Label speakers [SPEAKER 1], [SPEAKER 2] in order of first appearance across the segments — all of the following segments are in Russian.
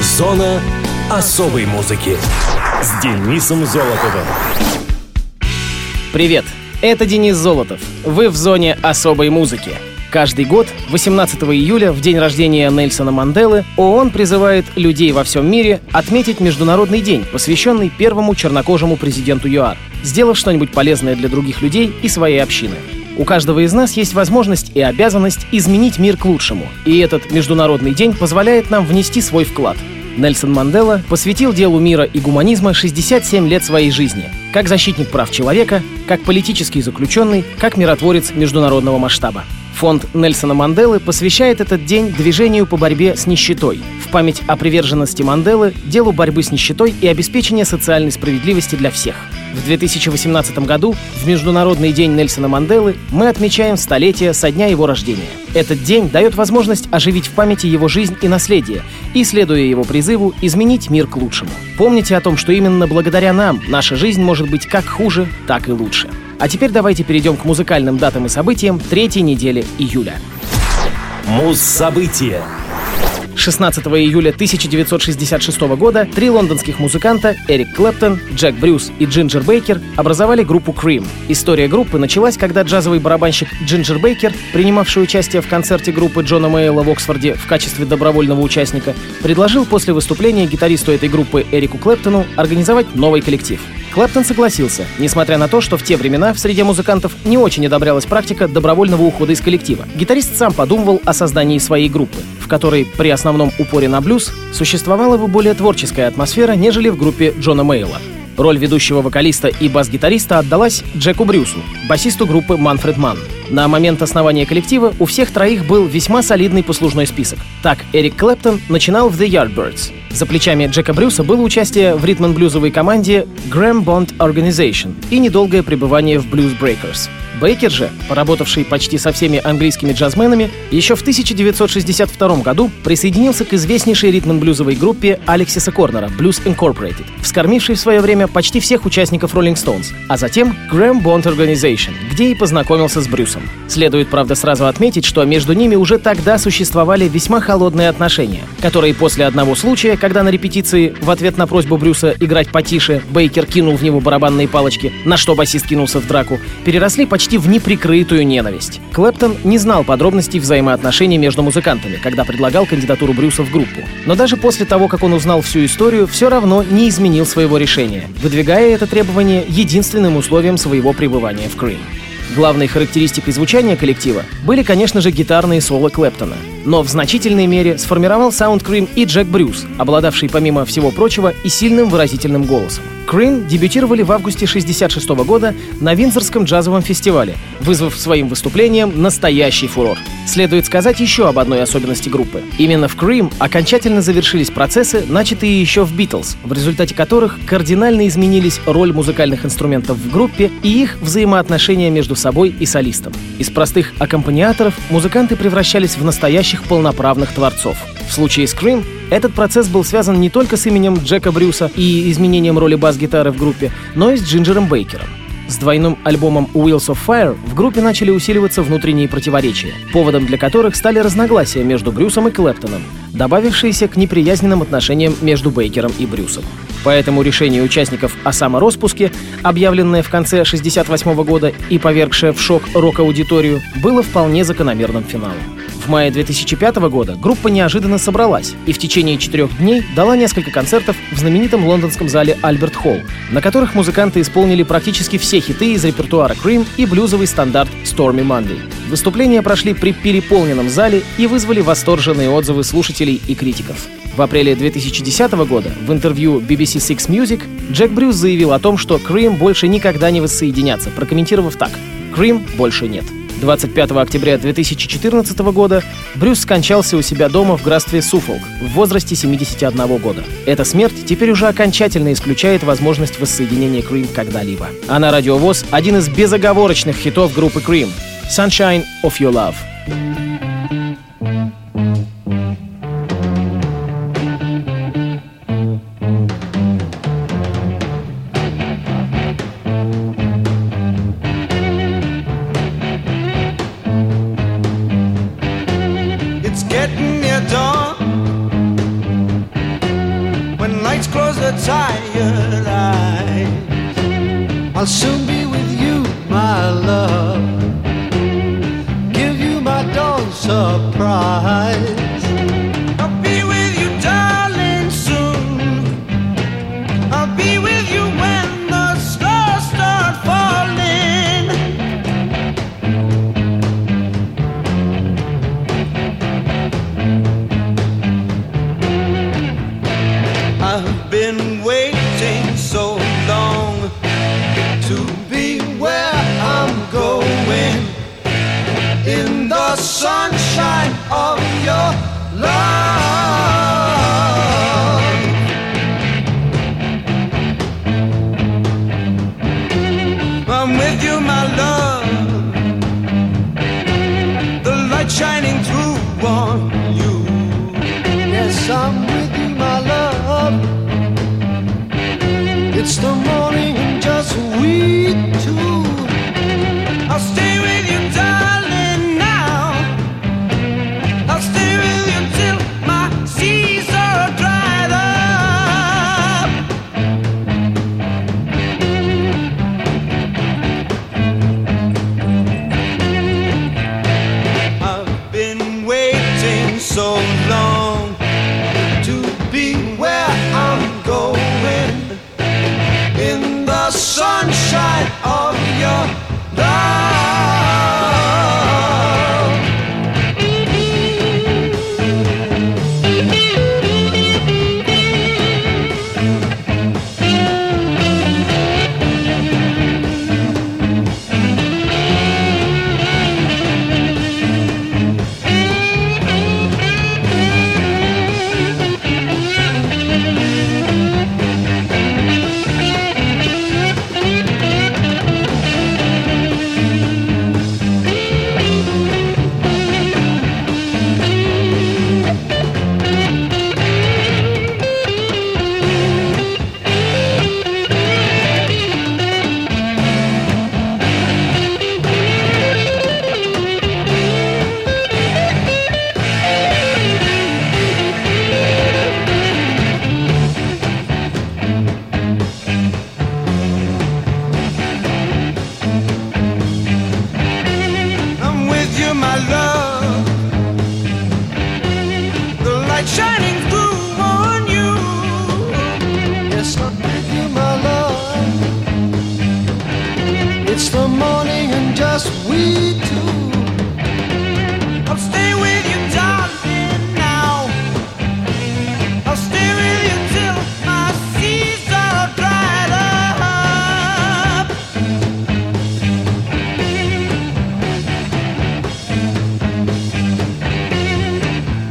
[SPEAKER 1] Зона особой музыки с Денисом Золотовым.
[SPEAKER 2] Привет! Это Денис Золотов. Вы в зоне особой музыки. Каждый год, 18 июля, в день рождения Нельсона Манделы, ООН призывает людей во всем мире отметить Международный день, посвященный первому чернокожему президенту ЮАР, сделав что-нибудь полезное для других людей и своей общины. У каждого из нас есть возможность и обязанность изменить мир к лучшему, и этот Международный день позволяет нам внести свой вклад – Нельсон Мандела посвятил делу мира и гуманизма 67 лет своей жизни, как защитник прав человека, как политический заключенный, как миротворец международного масштаба. Фонд Нельсона Манделы посвящает этот день движению по борьбе с нищетой, в память о приверженности Манделы делу борьбы с нищетой и обеспечения социальной справедливости для всех. В 2018 году, в Международный день Нельсона Манделы, мы отмечаем столетие со дня его рождения. Этот день дает возможность оживить в памяти его жизнь и наследие, и, следуя его призыву, изменить мир к лучшему. Помните о том, что именно благодаря нам наша жизнь может быть как хуже, так и лучше. А теперь давайте перейдем к музыкальным датам и событиям третьей недели июля.
[SPEAKER 1] Муз-события.
[SPEAKER 2] 16 июля 1966 года три лондонских музыканта Эрик Клэптон, Джек Брюс и Джинджер Бейкер образовали группу Cream. История группы началась, когда джазовый барабанщик Джинджер Бейкер, принимавший участие в концерте группы Джона Мейла в Оксфорде в качестве добровольного участника, предложил после выступления гитаристу этой группы Эрику Клэптону организовать новый коллектив. Клэптон согласился, несмотря на то, что в те времена в среде музыкантов не очень одобрялась практика добровольного ухода из коллектива. Гитарист сам подумывал о создании своей группы, в которой при основном упоре на блюз существовала бы более творческая атмосфера, нежели в группе Джона Мейла. Роль ведущего вокалиста и бас-гитариста отдалась Джеку Брюсу, басисту группы Манфред Манн. На момент основания коллектива у всех троих был весьма солидный послужной список. Так, Эрик Клэптон начинал в The Yardbirds. За плечами Джека Брюса было участие в ритм-блюзовой команде Graham Bond Organization и недолгое пребывание в Blues Breakers. Бейкер же, поработавший почти со всеми английскими джазменами, еще в 1962 году присоединился к известнейшей ритм-блюзовой группе Алексиса Корнера Blues Incorporated, вскормившей в свое время почти всех участников Rolling Stones, а затем Graham Bond Organization, где и познакомился с Брюсом. Следует, правда, сразу отметить, что между ними уже тогда существовали весьма холодные отношения, которые после одного случая, когда на репетиции в ответ на просьбу Брюса играть потише, Бейкер кинул в него барабанные палочки, на что басист кинулся в драку, переросли почти почти в неприкрытую ненависть. Клэптон не знал подробностей взаимоотношений между музыкантами, когда предлагал кандидатуру Брюса в группу. Но даже после того, как он узнал всю историю, все равно не изменил своего решения, выдвигая это требование единственным условием своего пребывания в Крым. Главной характеристикой звучания коллектива были, конечно же, гитарные соло Клэптона. Но в значительной мере сформировал саунд Крим и Джек Брюс, обладавший, помимо всего прочего, и сильным выразительным голосом. Крим дебютировали в августе 1966 года на Винзорском джазовом фестивале, вызвав своим выступлением настоящий фурор. Следует сказать еще об одной особенности группы. Именно в Крим окончательно завершились процессы, начатые еще в Битлз, в результате которых кардинально изменились роль музыкальных инструментов в группе и их взаимоотношения между собой и солистом. Из простых аккомпаниаторов музыканты превращались в настоящих полноправных творцов. В случае с Cream этот процесс был связан не только с именем Джека Брюса и изменением роли бас-гитары в группе, но и с Джинджером Бейкером. С двойным альбомом Wheels of Fire в группе начали усиливаться внутренние противоречия, поводом для которых стали разногласия между Брюсом и Клэптоном, добавившиеся к неприязненным отношениям между Бейкером и Брюсом. Поэтому решение участников о самороспуске, объявленное в конце 1968 года и повергшее в шок рок-аудиторию, было вполне закономерным финалом. В мае 2005 года группа неожиданно собралась и в течение четырех дней дала несколько концертов в знаменитом лондонском зале Альберт Холл, на которых музыканты исполнили практически все хиты из репертуара Cream и блюзовый стандарт Stormy Monday. Выступления прошли при переполненном зале и вызвали восторженные отзывы слушателей и критиков. В апреле 2010 года в интервью BBC Six Music Джек Брюс заявил о том, что Cream больше никогда не воссоединятся, прокомментировав так «Cream больше нет». 25 октября 2014 года Брюс скончался у себя дома в графстве Суфолк в возрасте 71 года. Эта смерть теперь уже окончательно исключает возможность воссоединения Cream когда-либо. А на радиовоз один из безоговорочных хитов группы Cream — «Sunshine of Your Love».
[SPEAKER 3] It's getting near dawn. nights close the tired eyes. I'll soon be with you, my love. Give you my dawn surprise. I'll be with you, darling, soon. I'll be with you when the stars start falling. I've been waiting so long to be where I'm going in the sunshine of your love. I'm with you, my love. The light shining through on you. Yes, I'm with you, my love. It's the morning and just we two. I'll stay with you, darling, now. I'll stay with you till my seas are dried up. I've been waiting so long to be where I'm going in the sunshine of your love. I'm with you, my love. The light shining through on you. Yes, I'm with you, my love. It's the morning and just we two. I'll stay with you, darling, now. I'll stay with you till my seas are dried up.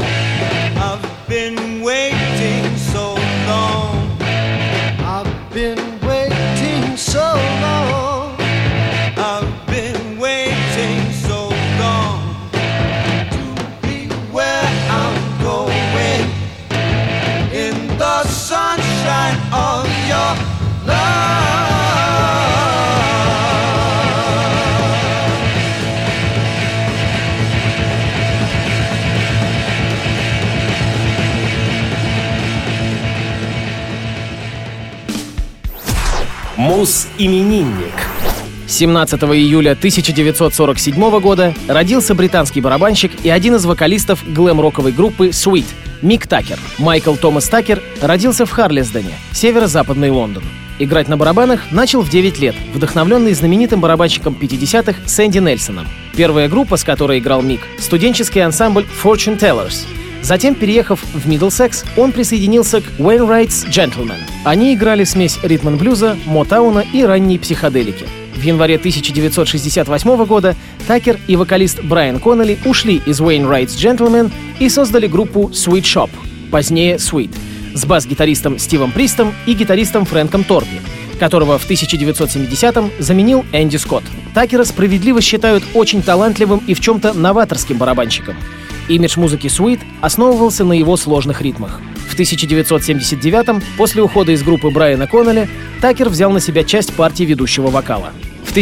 [SPEAKER 3] I've been waiting so long. I've been waiting so long. I've been waiting so long to be where I'm going in the sunshine of your love.
[SPEAKER 1] Мус-именинник.
[SPEAKER 2] 17 июля 1947 года родился британский барабанщик и один из вокалистов глэм-роковой группы Sweet – Мик Такер. Майкл Томас Такер родился в Харлисдене, северо-западный Лондон. Играть на барабанах начал в 9 лет, вдохновленный знаменитым барабанщиком 50-х Сэнди Нельсоном. Первая группа, с которой играл Мик – студенческий ансамбль Fortune Tellers – Затем, переехав в Middlesex, он присоединился к Wainwright's Gentlemen. Они играли смесь ритм-блюза, мотауна и ранней психоделики. В январе 1968 года Такер и вокалист Брайан Коннелли ушли из Wainwright's Gentlemen и создали группу Sweet Shop, позднее Sweet, с бас-гитаристом Стивом Пристом и гитаристом Фрэнком Торпи, которого в 1970-м заменил Энди Скотт. Такера справедливо считают очень талантливым и в чем-то новаторским барабанщиком. Имидж музыки Sweet основывался на его сложных ритмах. В 1979-м, после ухода из группы Брайана Коннелли, Такер взял на себя часть партии ведущего вокала. В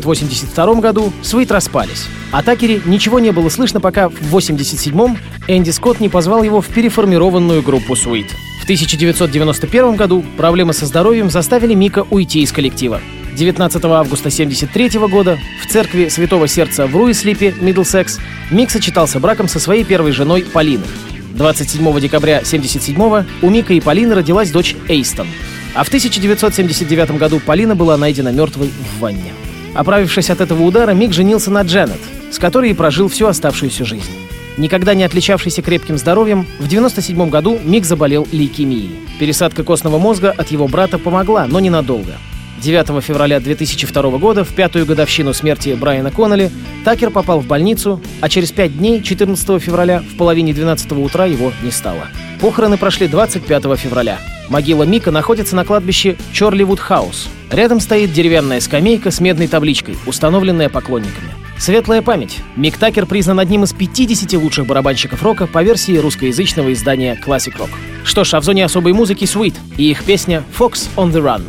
[SPEAKER 2] 1982 году Sweet распались. О Такере ничего не было слышно, пока в 1987-м Энди Скотт не позвал его в переформированную группу Sweet.
[SPEAKER 4] В 1991 году проблемы со здоровьем заставили Мика уйти из коллектива. 19 августа 1973 года в церкви Святого Сердца в Руислипе, Миддлсекс, Мик сочетался браком со своей первой женой Полиной. 27 декабря 1977 у Мика и Полины родилась дочь Эйстон. А в 1979 году Полина была найдена мертвой в ванне. Оправившись от этого удара, Мик женился на Джанет, с которой и прожил всю оставшуюся жизнь. Никогда не отличавшийся крепким здоровьем, в 1997 году Мик заболел лейкемией. Пересадка костного мозга от его брата помогла, но ненадолго. 9 февраля 2002 года, в пятую годовщину смерти Брайана Коннелли, Такер попал в больницу, а через пять дней, 14 февраля, в половине 12 утра его не стало. Похороны прошли 25 февраля. Могила Мика находится на кладбище Чорливуд Хаус. Рядом стоит деревянная скамейка с медной табличкой, установленная поклонниками. Светлая память. Мик Такер признан одним из 50 лучших барабанщиков рока по версии русскоязычного издания Classic Rock. Что ж, а в зоне особой музыки Sweet и их песня Fox on the Run.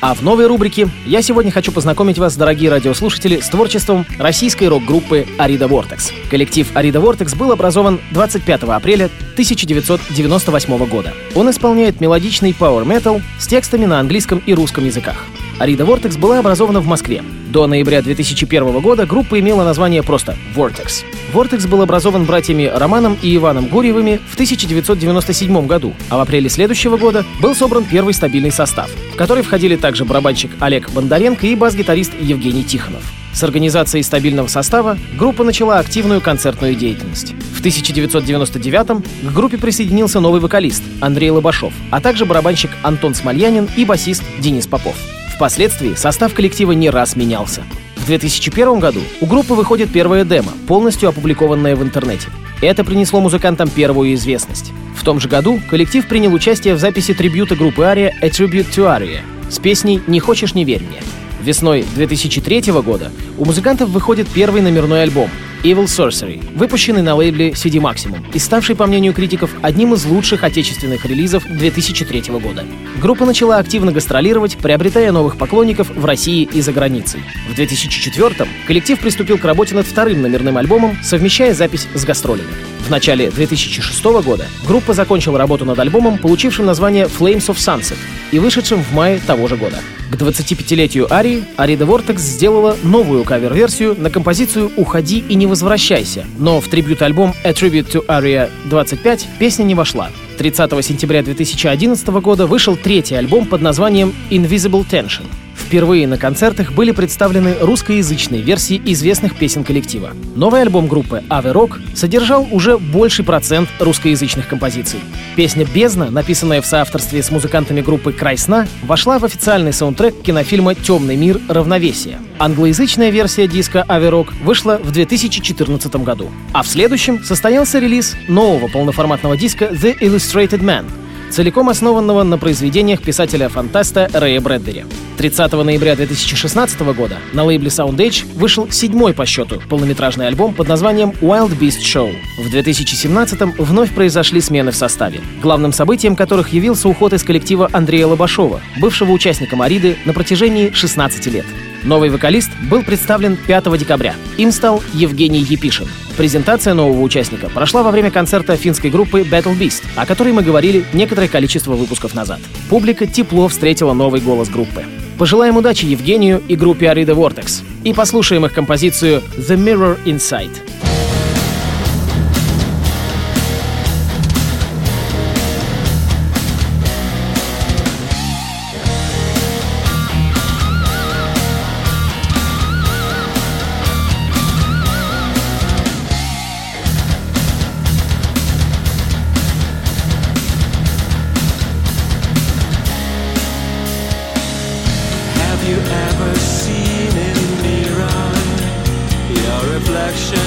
[SPEAKER 4] А в новой рубрике я сегодня хочу познакомить вас, дорогие радиослушатели, с творчеством российской рок-группы «Арида Вортекс». Коллектив «Арида Вортекс» был образован 25 апреля 1998 года. Он исполняет мелодичный power metal с текстами на английском и русском языках. «Арида Вортекс» была образована в Москве. До ноября 2001 года группа имела название просто «Vortex». «Vortex» был образован братьями Романом и Иваном Гурьевыми в 1997 году, а в апреле следующего года был собран первый стабильный состав, в который входили также барабанщик Олег Бондаренко и бас-гитарист Евгений Тихонов.
[SPEAKER 2] С организацией стабильного состава группа начала активную концертную деятельность. В 1999-м к группе присоединился новый вокалист Андрей Лобашов, а также барабанщик Антон Смольянин и басист Денис Попов. Впоследствии состав коллектива не раз менялся. В 2001 году у группы выходит первая демо, полностью опубликованная в интернете. Это принесло музыкантам первую известность. В том же году коллектив принял участие в записи трибюта группы Ария «A Tribute to Aria» с песней «Не хочешь, не верь мне». Весной 2003 года у музыкантов выходит первый номерной альбом Evil Sorcery, выпущенный на лейбле CD Maximum и ставший, по мнению критиков, одним из лучших отечественных релизов 2003 года. Группа начала активно гастролировать, приобретая новых поклонников в России и за границей. В 2004 коллектив приступил к работе над вторым номерным альбомом, совмещая запись с гастролями. В начале 2006 года группа закончила работу над альбомом, получившим название Flames of Sunset и вышедшим в мае того же года. К 25-летию Арии Арида Вортекс сделала новую кавер-версию на композицию «Уходи и не возвращайся», но в трибют-альбом «A Tribute to Aria 25» песня не вошла. 30 сентября 2011 года вышел третий альбом под названием «Invisible Tension», Впервые на концертах были представлены русскоязычные версии известных песен коллектива. Новый альбом группы «Аве Рок» содержал уже больший процент русскоязычных композиций. Песня «Бездна», написанная в соавторстве с музыкантами группы «Край сна», вошла в официальный саундтрек кинофильма «Темный мир. Равновесие». Англоязычная версия диска «Аве Рок» вышла в 2014 году. А в следующем состоялся релиз нового полноформатного диска «The Illustrated Man», целиком основанного на произведениях писателя-фантаста Рэя Брэдбери. 30 ноября 2016 года на лейбле Sound Age вышел седьмой по счету полнометражный альбом под названием Wild Beast Show. В 2017-м вновь произошли смены в составе, главным событием которых явился уход из коллектива Андрея Лобашова, бывшего участника Мариды на протяжении 16 лет. Новый вокалист был представлен 5 декабря. Им стал Евгений Епишин. Презентация нового участника прошла во время концерта финской группы Battle Beast, о которой мы говорили некоторое количество выпусков назад. Публика тепло встретила новый голос группы. Пожелаем удачи Евгению и группе Arida Vortex и послушаем их композицию «The Mirror Inside».
[SPEAKER 4] Have you ever seen in a mirror your reflection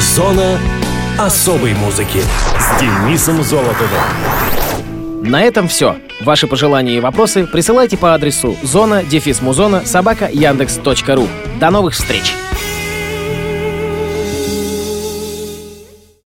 [SPEAKER 1] Зона особой музыки с Денисом Золотовым.
[SPEAKER 2] На этом все. Ваши пожелания и вопросы присылайте по адресу зона дефис музона собака яндекс.ру. До новых встреч!